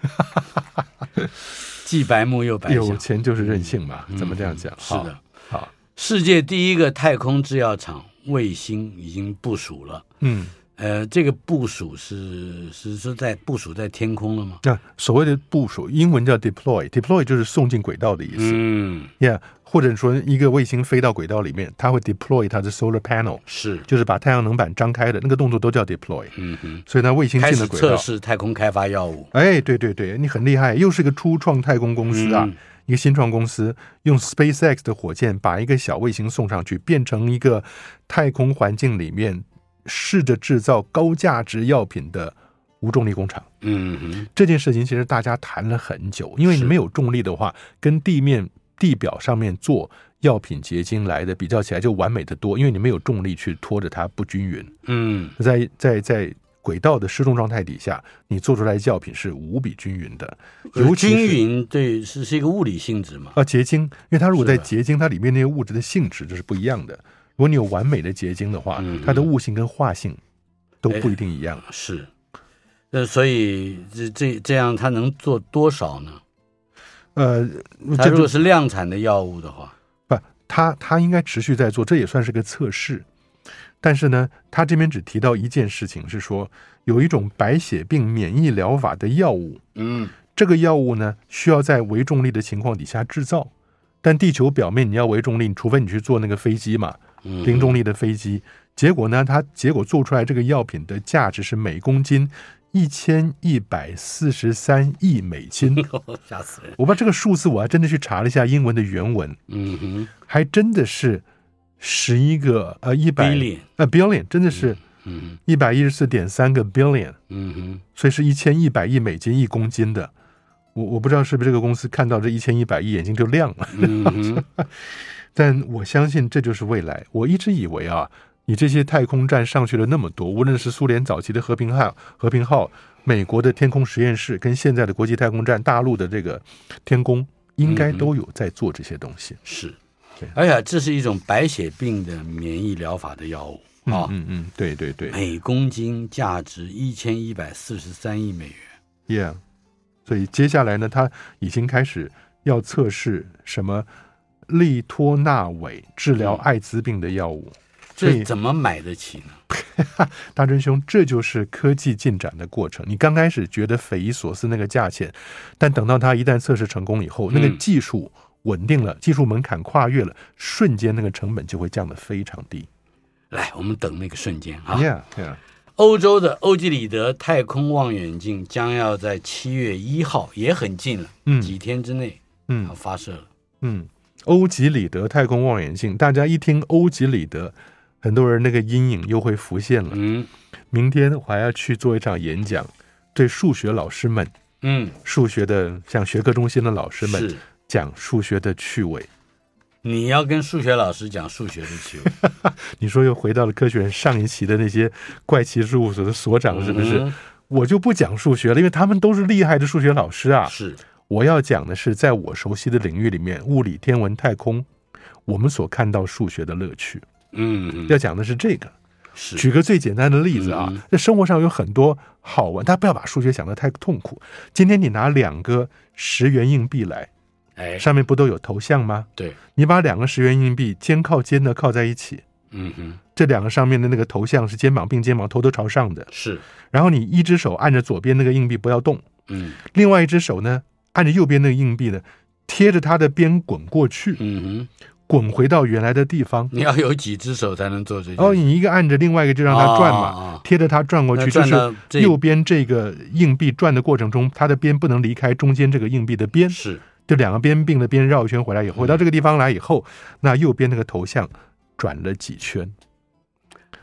B: 既白目又白
C: 有
B: 相。
C: 钱就是任性嘛，怎么这样讲？
B: 嗯是
C: 好
B: 的，，
C: 好，
B: 世界第一个太空制药厂卫星已经部署了。
C: 嗯，
B: 呃，这个部署是是是在部署在天空了吗？
C: 那所谓的部署，英文叫 deploy，deploy 就是送进轨道的意思。
B: 嗯，
C: Yeah，或者说一个卫星飞到轨道里面，它会 deploy 它的 solar panel，
B: 是，
C: 就是把太阳能板张开的那个动作都叫 deploy。
B: 嗯哼，
C: 所以它卫星
B: 开
C: 进
B: 始
C: 了轨
B: 测
C: 道。
B: 试太空开发药物。
C: 哎，对对对，你很厉害，又是一个初创太空公司啊，
B: 嗯
C: 一个新创公司用 SpaceX 的火箭把一个小卫星送上去，变成一个太空环境里面试着制造高价值药品的无重力工厂。
B: 嗯哼，
C: 这件事情其实大家谈了很久，因为你
B: 是
C: 没有重力的话，跟地面地表上面做药品结晶来的比较起来就完美的多，因为你没有重力去拖着它不均匀，
B: 嗯
C: 在在在轨道的失重状态底下，你做出来的药品是无比均匀的，尤
B: 有
C: 其
B: 呃均
C: 是。
B: 匀，对，是是一个物理性质嘛？
C: 啊，结晶，因为它如果
B: 是
C: 在
B: 的
C: 结晶，它里面那些物质的性质就是不一样的。如果你有完美的结晶的话
B: 嗯，
C: 它的物性跟化性都
B: 哎
C: 不一定一样。
B: 是，呃，所以这这这样它能做多少呢？
C: 呃，
B: 它
C: 这
B: 如果
C: 就是
B: 量产的药物的话，
C: 不，他他应该持续在做，这也算是个测试。但是呢，他这边只提到一件事情，是说有一种白血病免疫疗法的药物，
B: 嗯，
C: 这个药物呢需要在微重力的情况底下制造。但地球表面你要微重力，除非你去坐那个飞机嘛，
B: 嗯
C: 零重力的飞机。结果呢，它结果做出来这个药品的价值是每公斤一千一百四十三亿美金。 [laughs]
B: [laughs] 吓死人。
C: 我把这个数字我还真的去查了一下英文的原文，
B: 嗯哼，
C: 还真的是十一个呃一百
B: Billion
C: 呃 billion，真的是
B: 嗯
C: 一百一十四点三个 billion，
B: 嗯哼，
C: 所以是一千一百亿美金一公斤的。我我不知道是不是这个公司看到这一千一百亿眼睛就亮了，
B: 嗯哼，
C: 但我相信这就是未来。我一直以为啊，你这些太空站上去了那么多，无论是苏联早期的和平号、和平号、美国的天空实验室，跟现在的国际太空站、大陆的这个天宫，应该都有在做这些东西。
B: [laughs] 是
C: 对。
B: 而且这是一种白血病的免疫疗法的药物啊，
C: 嗯嗯，对对对。
B: 每公斤价值一千一百四十三亿美元。
C: Yeah，所以接下来呢，他已经开始要测试什么利托纳韦治疗艾滋病的药物。
B: 这
C: 对
B: 怎么买得起呢？
C: 大真兄，这就是科技进展的过程。你刚开始觉得匪夷所思那个价钱，但等到它一旦测试成功以后，那个
B: 嗯
C: 技术稳定了，技术门槛跨越了，瞬间那个成本就会降得非常低。
B: 来，我们等那个瞬间啊。
C: Yeah，yeah，
B: 欧洲的欧几里得太空望远镜将要在七月一号，也很近了，
C: 嗯
B: 几天之内
C: 嗯
B: 要发射了。
C: 嗯，欧几里得太空望远镜，大家一听欧几里得，很多人那个阴影又会浮现了。
B: 嗯
C: 明天我还要去做一场演讲，对数学老师们、
B: 嗯，
C: 数学的像学科中心的老师们
B: 是
C: 讲数学的趣味。
B: 你要跟数学老师讲数学的趣味，
C: 你说又回到了科学人上一期的那些怪奇事务所的所长， [laughs] 是不是？
B: 嗯
C: 我就不讲数学了，因为他们都是厉害的数学老师啊。
B: 是
C: 我要讲的是，在我熟悉的领域里面，物理、天文、太空，我们所看到数学的乐趣。
B: 嗯
C: 要讲的是这个。
B: 是
C: 举个最简单的例子啊
B: 嗯，
C: 在生活上有很多好玩，大家不要把数学想得太痛苦。今天你拿两个十元硬币来，
B: 哎
C: 上面不都有头像吗？
B: 对
C: 你把两个十元硬币肩靠肩的靠在一起，
B: 嗯哼
C: 这两个上面的那个头像是肩膀并肩膀，头都朝上的。
B: 是
C: 然后你一只手按着左边那个硬币不要动，
B: 嗯
C: 另外一只手呢按着右边那个硬币呢，贴着它的边滚过去，
B: 嗯哼，
C: 滚回到原来的地方。
B: 你要有几只手才能做这件
C: 然后
B: 事？
C: 哦你一个按着，另外一个就让它转
B: 哦哦
C: 嘛
B: 哦，
C: 贴着它转过
B: 那
C: 去，就
B: 转
C: 是
B: 到这
C: 右边这个硬币转的过程中，它的边不能离开中间这个硬币的边，
B: 是
C: 就两个边并了边绕一圈回来以后，回到这个地方来以后，那右边那个头像转了几圈，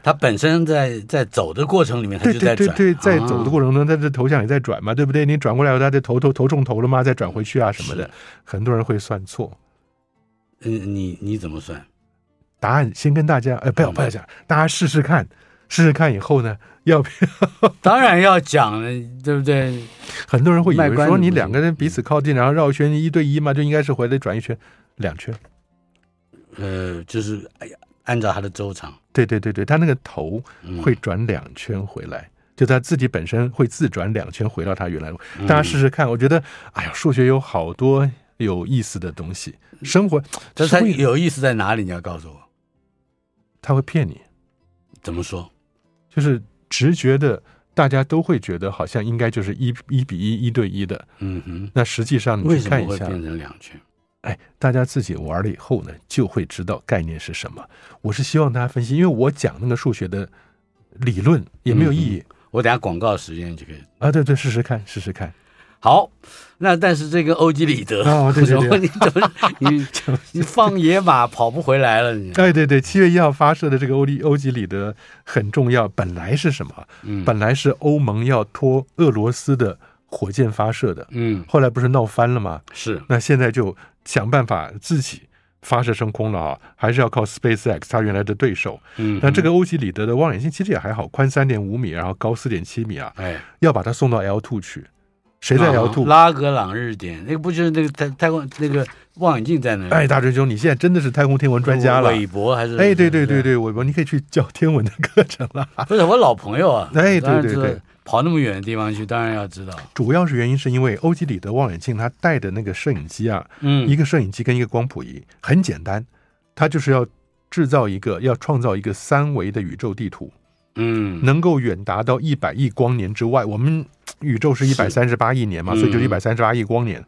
B: 它本身在在走的过程里面，它
C: 对
B: 就在
C: 对
B: 转，啊
C: 对对，在走的过程中，它这头像也在转嘛，对不对？你转过来以后，它这头头头中头了吗？再转回去啊什么的
B: 是，
C: 很多人会算错。
B: 嗯，你你怎么算？
C: [laughs] 答案先跟大家，呃，
B: 嗯
C: 不要不要讲，大家试试看，试试看以后呢，要不
B: 当然要讲了，对不对？
C: 很多人会以
B: 卖
C: 为
B: 关子
C: 说
B: 不
C: 你
B: 行
C: 两个人彼此靠近，然后绕一圈一对一嘛，就应该是回来转一圈，两圈。
B: 呃，就是哎呀，按照他的周长，
C: 对对对对，他那个头
B: 嗯
C: 会转两圈回来，就他自己本身会自转两圈回到他原来的
B: 嗯
C: 位置。大家试试看，我觉得，哎呀，数学有好多有意思的东西，
B: 嗯
C: 生活
B: 这它
C: 生活
B: 有意思在哪里？你要告诉我，
C: 他会骗你，
B: 怎么说？
C: 就是直觉的，大家都会觉得好像应该就是一一比一、一对一的，
B: 嗯哼，
C: 那实际上你
B: 为
C: 去
B: 什么
C: 看
B: 会
C: 一下，
B: 变成两圈？
C: 哎，大家自己玩了以后呢，就会知道概念是什么。我是希望大家分析，因为我讲那个数学的理论也没有意义、
B: 我等下广告时间就可以。
C: 啊。对对，试试看，试试看。
B: 好，那但是这个欧几里得，
C: 哦对对
B: [laughs] 我
C: 对
B: 说你怎么
C: [laughs]
B: 你你放野马跑不回来了？你
C: 哎，对对，七月一号发射的这个欧里欧几里得很重要。本来是什么？
B: 嗯
C: 本来是欧盟要拖俄罗斯的火箭发射的，
B: 嗯
C: 后来不是闹翻了吗？
B: 是
C: 那现在就想办法自己发射升空了啊，还是要靠 SpaceX 它原来的对手。
B: 嗯
C: 那这个欧几里得的望远镜其实也还好，宽三点五米，然后高四点七米啊，
B: 哎
C: 要把它送到 L two 去。谁在 L
B: 啊
C: two？、
B: 拉格朗日点那个不就是那个太太空那个望远镜在那里？
C: 哎，大锤兄，你现在真的是太空天文专家了。
B: 韦伯还是
C: 哎，对对对，对，我我你可以去教天文的课程了。
B: 不是我老朋友啊。
C: 哎对
B: 当然
C: 对
B: 知道
C: 对，
B: 跑那么远的地方去，当然要知道。
C: 主要是原因是因为欧几里得望远镜它带的那个摄影机啊，
B: 嗯
C: 一个摄影机跟一个光谱仪，很简单，它就是要制造一个要创造一个三维的宇宙地图，
B: 嗯
C: 能够远达到一百亿光年之外。我们宇宙是一百三十八亿年嘛，
B: 嗯
C: 所以就一百三十八亿光年。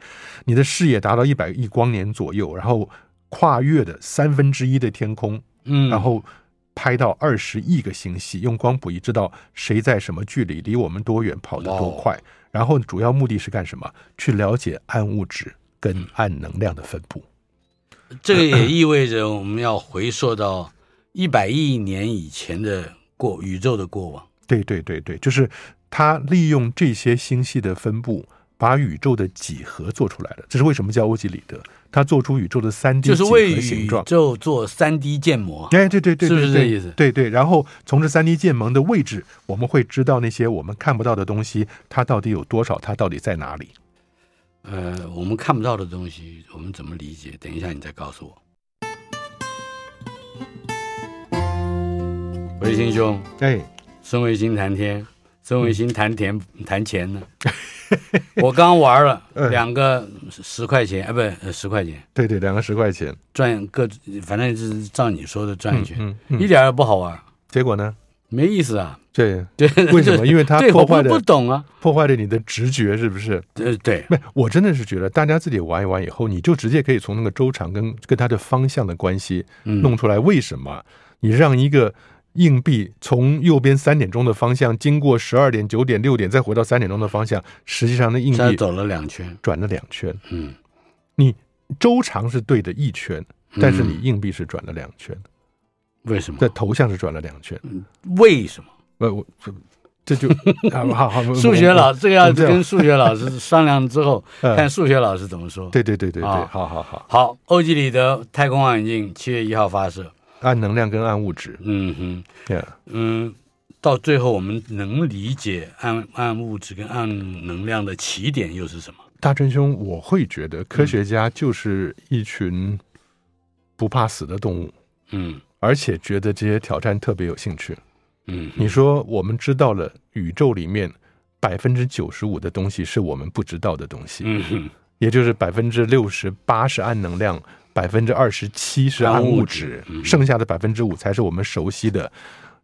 C: 你的视野达到一百亿光年左右，然后跨越的三分之一的天空，
B: 嗯，
C: 然后拍到二十亿个星系，用光谱仪知道谁在什么距离，离我们多远，跑得多快。然后主要目的是干什么？去了解暗物质跟暗能量的分布。
B: 这个也意味着我们要回溯到一百亿年以前的过宇宙的过往。
C: 对对对对，就是他利用这些星系的分布，把宇宙的几何做出来了。这是为什么叫欧几里得？他做出宇宙的三 D
B: 就是
C: 几
B: 为
C: 何
B: 宇
C: 形状。
B: 宙做三 D 建模。
C: 哎，对对对，
B: 是不
C: 对
B: 是
C: 对
B: 这意思
C: 对对，然后从这三 D 建模的位置，我们会知道那些我们看不到的东西，它到底有多少，它到底在哪里。
B: 呃，我们看不到的东西，我们怎么理解？等一下你再告诉我。维新兄，
C: 哎，
B: 孙维新谈天，孙维新谈田谈钱
C: [laughs]
B: 呢。我刚玩了
C: 嗯
B: 两个十块钱，哎，不是呃十块钱，
C: 对对，两个十块钱，
B: 转各反正就是照你说的转一圈，
C: 嗯
B: 一
C: 嗯，
B: 点儿也不好玩，
C: 结果呢？
B: 没意思啊。
C: 对，
B: [laughs] 对，
C: 为什么？因为
B: [laughs]
C: 它
B: 对，我
C: 破
B: 不
C: 坏
B: 不
C: 了
B: 懂啊。
C: 破坏了你的直觉，是不是？
B: 呃，对，
C: 不，我真的是觉得大家自己玩一玩以后，你就直接可以从那个周长跟跟它的方向的关系
B: 嗯
C: 弄出来，为什么你让一个硬币从右边三点钟的方向经过十二点、九点、六点，再回到三点钟的方向，实际上那硬
B: 现在
C: 币
B: 走了两圈，
C: 转了两圈，
B: 嗯，
C: 你周长是对的一圈，但是
B: 嗯
C: 你硬币是转了两圈，
B: 为什么
C: 在？头像是转了两圈，
B: 为什么？
C: 呃，我
B: [laughs]
C: 这就啊，好好，我
B: 数学老，这个要
C: 我们这样
B: 跟数学老
C: [laughs]
B: 师商量之后，
C: 嗯
B: 看数学老师怎么说。
C: 对对对对对，
B: 啊
C: 好好好，
B: 好，欧几里得太空望远镜七月一号发射。
C: 按能量跟按物质，
B: 嗯哼，
C: yeah,
B: 嗯，到最后我们能理解暗暗物质跟暗能量的起点又是什么？
C: 大真兄，我会觉得科学家就是一群不怕死的动物，
B: 嗯
C: 而且觉得这些挑战特别有兴趣。
B: 嗯，
C: 你说我们知道了宇宙里面百分之九十五的东西是我们不知道的东西，
B: 嗯哼，
C: 也就是百分之六十八是暗能量，百分之二十七是暗物质，
B: 暗物质嗯
C: 剩下的百分之五才是我们熟悉的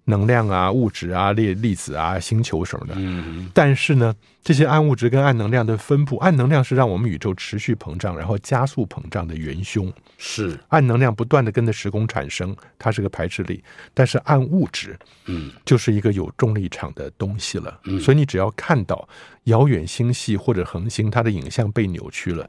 C: 能量啊、物质啊、粒粒子啊、星球什么的。
B: 嗯哼，
C: 但是呢，这些暗物质跟暗能量的分布，暗能量是让我们宇宙持续膨胀，然后加速膨胀的元凶。
B: 是，
C: 暗能量不断的跟着时空产生，它是个排斥力。但是暗物质
B: 嗯
C: 就是一个有重力场的东西了，
B: 嗯
C: 所以你只要看到遥远星系或者恒星，它的影像被扭曲了。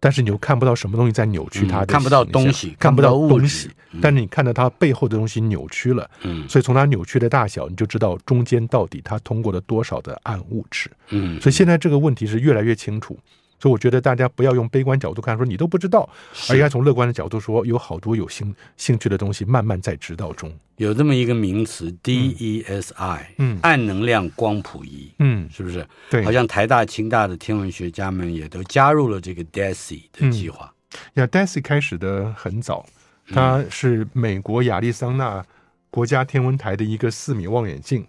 C: 但是你又看不到什么东西在扭曲它的
B: 嗯
C: 形象、
B: 看不到东西
C: 看不到
B: 看不到物
C: 东
B: 质
C: 西，但是你看到它背后的东西扭曲了，
B: 嗯
C: 所以从它扭曲的大小，你就知道中间到底它通过了多少的暗物质。
B: 嗯，
C: 所以现在这个问题是越来越清楚。所以我觉得大家不要用悲观角度看，说你都不知道，而应该从乐观的角度说，有好多有兴兴趣的东西，慢慢在知道中。
B: 有这么一个名词 DESI，
C: 嗯
B: 暗能量光谱仪，
C: 嗯，
B: 是不是？
C: 对
B: 好。像台大、清大的天文学家们也都加入了这个 DESI
C: 嗯
B: 的计划。
C: 亚 Daisy 开始的很早，它是美国亚利桑那国家天文台的一个四米望远镜。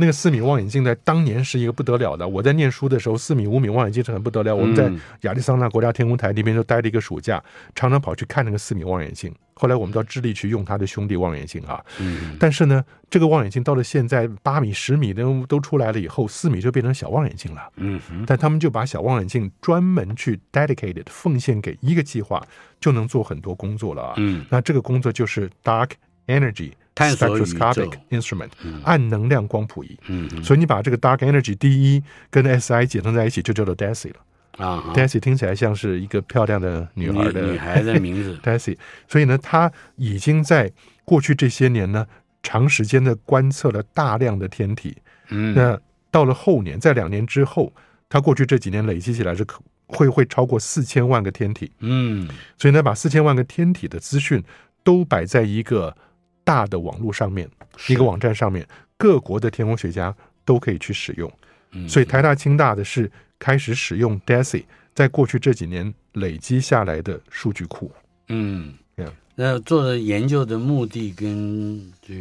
C: 那个四米望远镜在当年是一个不得了的。我在念书的时候，四米、五米望远镜是很不得了。我们在亚利桑那国家天文台那边就待了一个暑假，常常跑去看那个四米望远镜。后来我们到智利去用它的兄弟望远镜啊，
B: 嗯，
C: 但是呢，这个望远镜到了现在八米、十米都都出来了以后，四米就变成小望远镜了。
B: 嗯哼，
C: 但他们就把小望远镜专门去 dedicated 奉献给一个计划，就能做很多工作了啊。
B: 嗯
C: 那这个工作就是 Dark Energy
B: 探索宇宙
C: Spectroscopic Instrument 暗能量光谱仪。
B: 嗯哼
C: 所以你把这个 Dark Energy 第一跟 SI 结合在一起，就叫做 Daisy 了。
B: 啊哈，
C: Daisy 听起来像是一个漂亮的女孩的
B: 女孩的名
C: [laughs]
B: 字
C: Daisy，所以呢，她已经在过去这些年呢，长时间的观测了大量的天体，
B: 嗯
C: 那到了后年，在两年之后，它过去这几年累积起来是可会会超过四千万个天体，
B: 嗯
C: 所以呢，把四千万个天体的资讯都摆在一个大的网络上面，一个网站上面，各国的天文学家都可以去使用。
B: 嗯
C: 所以台大、清大的是开始使用 DESI，在过去这几年累积下来的数据库。
B: 嗯
C: Yeah，
B: 那做的研究的目的跟这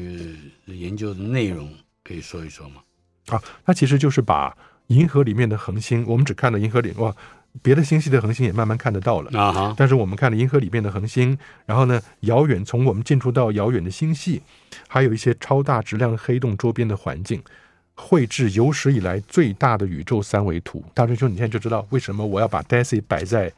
B: 个研究的内容可以说一说吗？
C: 啊，它其实就是把银河里面的恒星，我们只看到银河里哇，别的星系的恒星也慢慢看得到了。
B: 啊哈，
C: 但是我们看了银河里面的恒星，然后呢，遥远从我们近处到遥远的星系，还有一些超大质量黑洞周边的环境，绘制有史以来最大的宇宙三维图。大师兄，你现在就知道为什么我要把 Daisy 摆在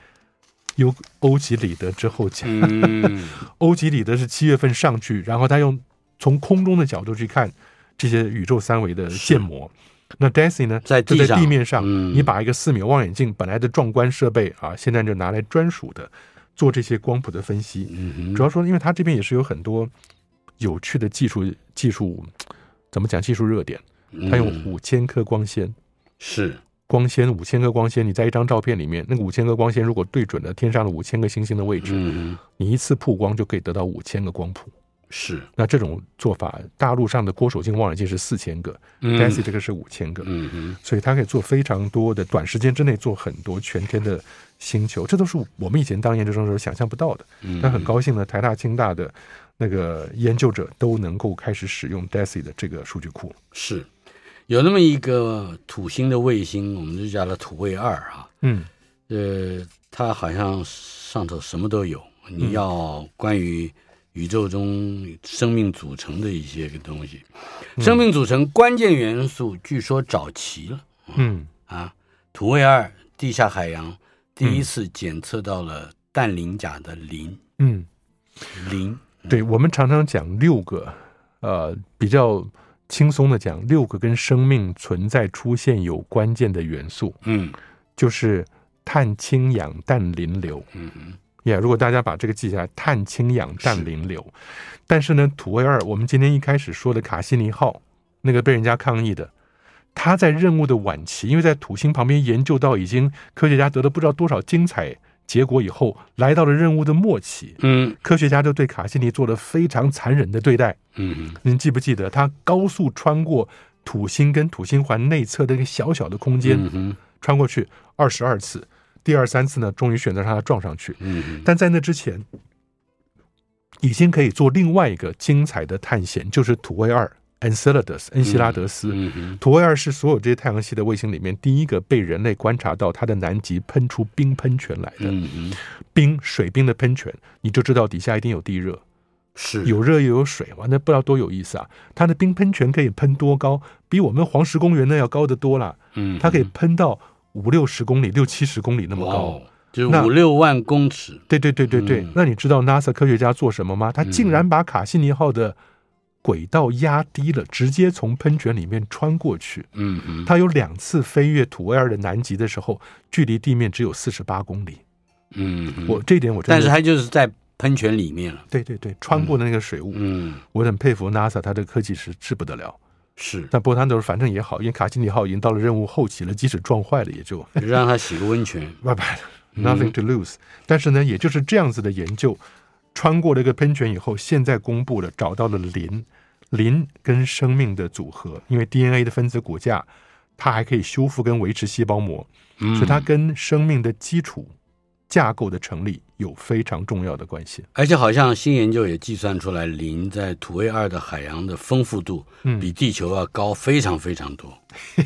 C: 有欧几里得之后讲。
B: 嗯，
C: 欧几里得是七月份上去，然后他用从空中的角度去看这些宇宙三维的建模。那 Daisy 呢，
B: 在
C: 就
B: 地
C: 在
B: 上
C: 地面上，
B: 嗯
C: 你把一个四米望远镜本来的壮观设备啊，现在就拿来专属的做这些光谱的分析。
B: 嗯哼
C: 主要说，因为它这边也是有很多有趣的技术技术，怎么讲技术热点？它用
B: 嗯
C: 五千颗光纤。
B: 是
C: 光纤五千颗光纤，你在一张照片里面，那个五千颗光纤如果对准了天上的五千个星星的位置，
B: 嗯哼
C: 你一次曝光就可以得到五千个光谱。
B: 是
C: 那这种做法，大陆上的郭守敬望远镜是四千个、d a i s y 这个是五千个，
B: 嗯哼
C: 所以它可以做非常多的，短时间之内做很多全天的星球，这都是我们以前当研究生的时候想象不到的。
B: 嗯
C: 但很高兴呢，台大、清大的那个研究者都能够开始使用 Daisy 的这个数据库。
B: 是有那么一个土星的卫星，我们就叫它土卫二啊，
C: 嗯
B: 呃，它好像上头什么都有，你要关于宇宙中生命组成的一些个东西，
C: 嗯
B: 生命组成关键元素据说找齐了
C: 嗯
B: 啊。土卫二地下海洋第一次检测到了氮磷钾的磷
C: 嗯，
B: 磷，
C: 对，我们常常讲六个，呃，比较轻松的讲六个跟生命存在出现有关键的元素。
B: 嗯
C: 就是碳氢氧氮磷硫。
B: 嗯嗯
C: 也、如果大家把这个记下来，碳氢氧氮磷硫。但是呢，土卫二，我们今天一开始说的卡西尼号那个被人家抗议的，他在任务的晚期，因为在土星旁边研究到已经科学家得了不知道多少精彩结果以后，来到了任务的末期，
B: 嗯
C: 科学家就对卡西尼做了非常残忍的对待。
B: 嗯
C: 您记不记得他高速穿过土星跟土星环内侧的一个小小的空间？
B: 嗯哼
C: 穿过去二十二次，第二三次呢，终于选择让它撞上去。
B: 嗯哼
C: 但在那之前，已经可以做另外一个精彩的探险，就是土卫二 （Enceladus） 恩西拉德斯。
B: 嗯哼
C: 土卫二是所有这些太阳系的卫星里面第一个被人类观察到它的南极喷出冰喷泉来的，
B: 嗯哼
C: 冰水冰的喷泉，你就知道底下一定有地热，
B: 是
C: 有热又有水，哇，那不知道多有意思啊！它的冰喷泉可以喷多高，比我们黄石公园那要高得多了。
B: 嗯哼
C: 它可以喷到五六十公里、六七十公里那么
B: 哇
C: 高。
B: 哦，就是
C: 那
B: 五六万公尺，
C: 对对对对对，
B: 嗯
C: 那你知道 NASA 科学家做什么吗？他竟然把卡西尼号的轨道压低了，直接从喷泉里面穿过去。
B: 嗯哼
C: 它有两次飞越土卫二的南极的时候，距离地面只有四十八公里。
B: 嗯哼
C: 我这一点我真
B: 但
C: 的，
B: 是它就是在喷泉里面了。
C: 对对对，穿过那个水雾，
B: 嗯，
C: 我很佩服 NASA 它的科技是是不得了。
B: 是
C: 那波坦斗反正也好，因为卡西尼号已经到了任务后期了，即使撞坏了也就
B: 让他洗个温
C: [laughs]
B: 泉，
C: 拜拜
B: Mm-hmm.
C: 了，nothing to lose、但是呢，也就是这样子的研究，穿过了一个喷泉以后，现在公布了找到了磷，磷跟生命的组合，因为 DNA 的分子骨架，它还可以修复跟维持细胞膜，
B: 嗯
C: 所以它跟生命的基础架构的成立有非常重要的关系。 [laughs]
B: 而且好像新研究也计算出来，磷在土卫二的海洋的丰富度
C: 嗯
B: 比地球要高非常非常多，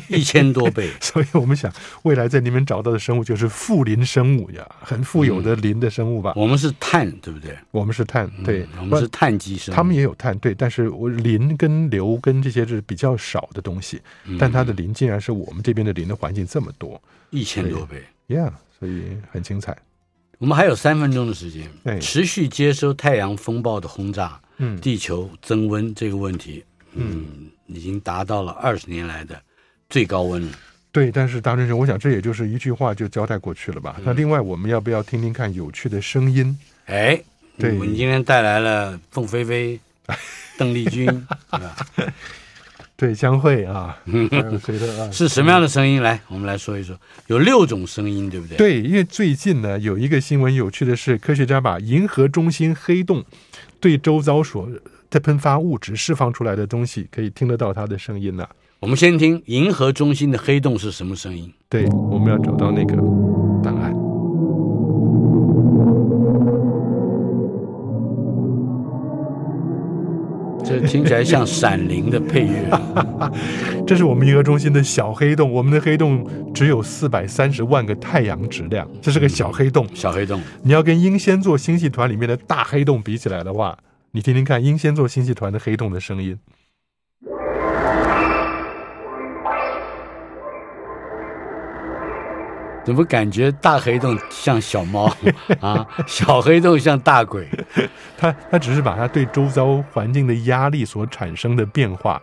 B: 一千多
C: [laughs]
B: 倍。
C: 所以我们想，未来在里面找到的生物就是富磷生物呀，很富有的磷的生物吧。
B: 嗯我们是碳，对不对？
C: 我们是碳，对，
B: 我
C: 不
B: 们是碳基生物。
C: 他们也有碳，对，但是我磷跟硫跟这些是比较少的东西，但它的磷竟然是我们这边的磷的环境这么多
B: 一千多倍。
C: ，Yeah，所以很精彩。
B: 我们还有三分钟的时间，
C: 对
B: 持续接收太阳风暴的轰炸，
C: 嗯
B: 地球增温这个问题，嗯，已经达到了二十年来的最高温了。
C: 对，但是大真兄，我想这也就是一句话就交代过去了吧。那另外，我们要不要听听看有趣的声音？
B: 哎，
C: 对
B: 我们今天带来了凤飞
C: [laughs]
B: 飞、邓丽君，对吧？
C: 对，将会啊，还有谁的啊？
B: 是什么样的声音？来，我们来说一说，有六种声音，对不对？，
C: 对，因为最近呢有一个新闻，有趣的是，科学家把银河中心黑洞对周遭所在喷发物质释放出来的东西，可以听得到它的声音呢、
B: 我们先听银河中心的黑洞是什么声音？
C: 对，我们要找到那个档案。
B: 这听起来像《闪灵》的配乐啊，
C: 这是我们银河中心的小黑洞，我们的黑洞只有四百三十万个太阳质量，这是个小黑洞。
B: 小黑洞。
C: 你要跟英仙座星系团里面的大黑洞比起来的话，你听听看英仙座星系团的黑洞的声音。
B: 怎么感觉大黑洞像小
C: [laughs]
B: 猫啊，小黑洞像大鬼？
C: 它它只是把它对周遭环境的压力所产生的变化，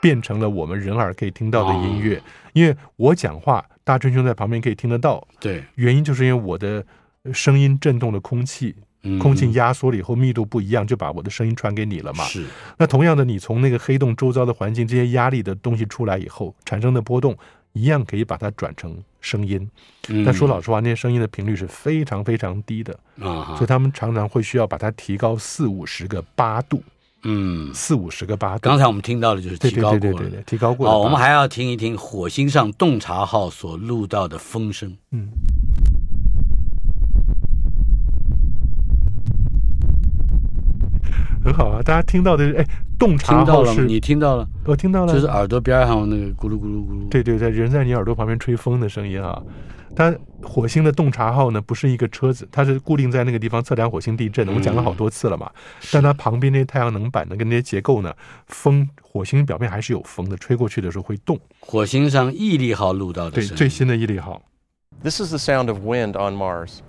C: 变成了我们人耳可以听到的音乐。因为我讲话，大春兄在旁边可以听得到，
B: 对，
C: 原因就是因为我的呃声音震动的空气，
B: 嗯
C: 空气压缩了以后密度不一样，就把我的声音传给你了嘛。
B: 是
C: 那同样的，你从那个黑洞周遭的环境这些压力的东西出来以后产生的波动，一样可以把它转成声音。
B: 嗯
C: 但说老实话，那些声音的频率是非常非常低的，
B: 啊
C: 所以
B: 哈，
C: 他们常常会需要把它提高四五十个八度，
B: 嗯，
C: 四五十个八度。
B: 刚才我们听到的就是
C: 对
B: 提
C: 对
B: 高
C: 对
B: 过
C: 对
B: 了
C: 对对，提高过了八
B: 哦，
C: 度。
B: 我们还要听一听火星上洞察号所录到的风声。
C: 嗯。很好啊，大家听到的哎，洞察
B: 听到
C: 号
B: 了吗？
C: 是，
B: 你听到了？
C: 我听到了，
B: 就是耳朵边上有那个咕噜咕噜咕噜。
C: 对对对，人在你耳朵旁边吹风的声音啊。它火星的洞察号呢，不是一个车子，它是固定在那个地方测量火星地震的。我讲了好多次了嘛。
B: 嗯
C: 但它旁边那些太阳能板呢，跟那些结构呢，风，火星表面还是有风的，吹过去的时候会动。
B: 火星上毅力号录到的
C: 对，
B: 声音。
C: 最新的毅力号，
D: This is the sound of wind on Mars.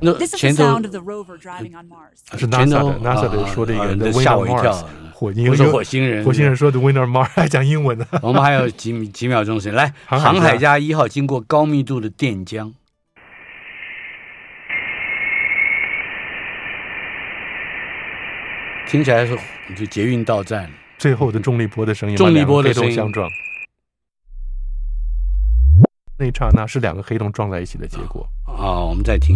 E: This
B: 那
E: is the
B: 前头
E: sound of the rover driving on Mars.
C: 是
B: 前
C: NASA
B: 头
C: 的，NASA 的说的一
B: 啊
C: 个
B: 啊
C: The
B: 吓
C: Winner
B: 我一跳
C: Mars，。火星
B: 不是火星人，
C: 火星人说的 Winner Mars，还讲英文呢。 [laughs]
B: 我们还有几米几秒钟时间，来，
C: 航海家
B: 航海家一号经过高密度的电浆，听起来是就捷运到站了。
C: 最后的重力波的声音嘛，
B: 重力波的
C: 两个
B: 声
C: 黑洞
B: 音
C: 相撞，那一刹那是两个黑洞撞在一起的结果。
B: 啊，我们再听。